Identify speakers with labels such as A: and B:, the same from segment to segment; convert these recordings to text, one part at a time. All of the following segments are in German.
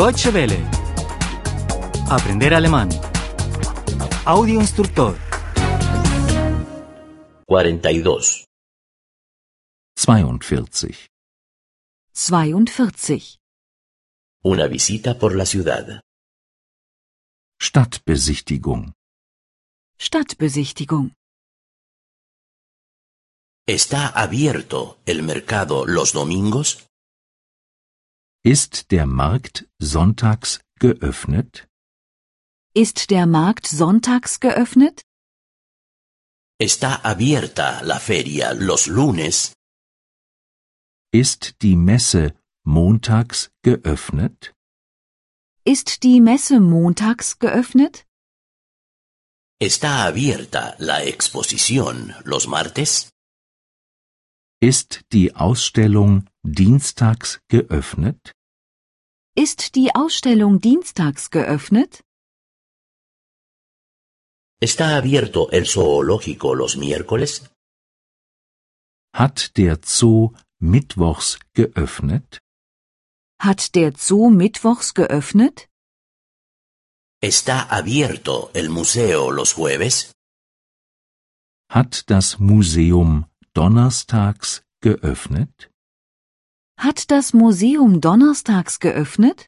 A: Deutsche Welle. Aprender alemán. Audio instructor.
B: 42.
C: 42.
D: 42.
B: Una visita por la ciudad.
C: Stadtbesichtigung.
D: Stadtbesichtigung.
B: ¿Está abierto el mercado los domingos?
C: Ist der Markt sonntags geöffnet?
D: Ist der Markt sonntags geöffnet?
B: ¿Está abierta la feria los lunes?
C: Ist die Messe montags geöffnet?
D: Ist die Messe montags geöffnet?
B: ¿Está abierta la exposición los martes?
C: Ist die Ausstellung dienstags geöffnet?
D: Ist die Ausstellung dienstags geöffnet?
B: ¿Está abierto el zoológico los miércoles?
C: Hat der Zoo mittwochs geöffnet?
D: Hat der Zoo mittwochs geöffnet?
B: ¿Está abierto el museo los jueves?
C: Hat das Museum donnerstags geöffnet?
D: Hat das Museum donnerstags geöffnet?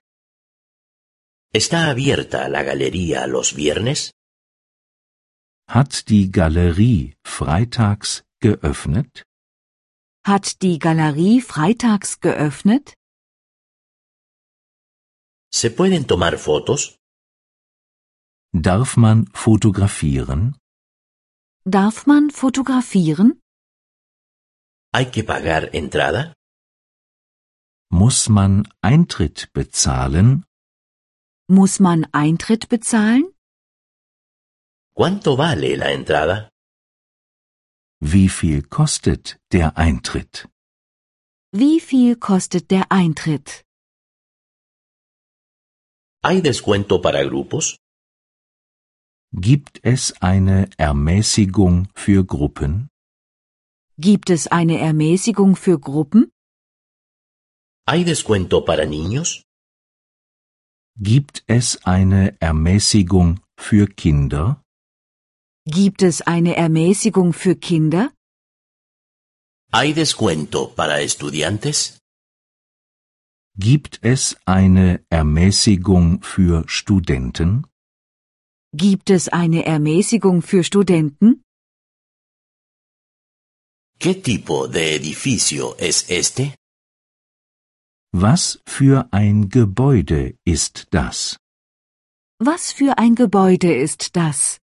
B: ¿Está abierta la galería los viernes?
C: Hat die Galerie freitags geöffnet?
D: Hat die Galerie freitags geöffnet?
B: ¿Se pueden tomar fotos?
C: Darf man fotografieren?
D: Darf man fotografieren?
B: ¿Hay que pagar entrada?
C: Muss man Eintritt bezahlen?
D: Muss man Eintritt bezahlen?
B: ¿Cuánto vale la entrada?
C: Wie viel kostet der Eintritt?
D: Wie viel kostet der Eintritt?
B: ¿Hay descuento para grupos?
C: Gibt es eine Ermäßigung für Gruppen?
D: Gibt es eine Ermäßigung für Gruppen?
B: ¿Hay descuento para niños?
C: Gibt es eine Ermäßigung für Kinder?
D: Gibt es eine Ermäßigung für Kinder?
B: ¿Hay descuento para estudiantes?
C: Gibt es eine Ermäßigung für Studenten?
D: Gibt es eine Ermäßigung für Studenten?
B: ¿Qué tipo de edificio es este?
C: Was für ein Gebäude ist das?
D: Was für ein Gebäude ist das?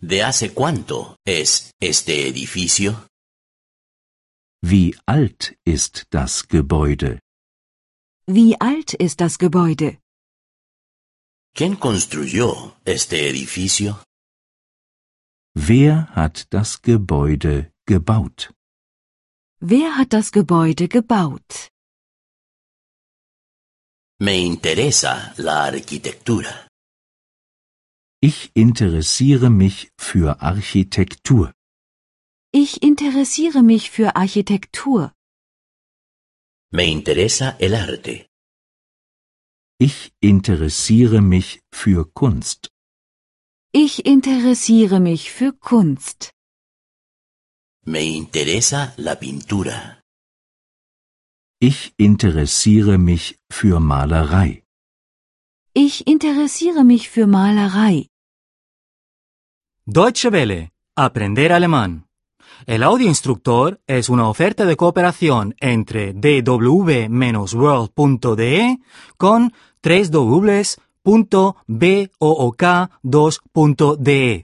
B: ¿De hace cuánto es este edificio?
C: Wie alt ist das Gebäude?
D: Wie alt ist das Gebäude?
B: ¿Quién construyó este edificio?
C: Wer hat das Gebäude gebaut?
D: Wer hat das Gebäude gebaut?
B: Me interesa la arquitectura.
C: Ich interessiere mich für Architektur.
D: Ich interessiere mich für Architektur.
B: Me interesa el arte.
C: Ich interessiere mich für Kunst.
D: Ich interessiere mich für Kunst.
B: Me interesa la pintura.
C: Ich interessiere mich für Malerei.
D: Ich interessiere mich für Malerei.
A: Deutsche Welle. Aprender alemán. El audio instructor es una oferta de cooperación entre dw-world.de con 3 2de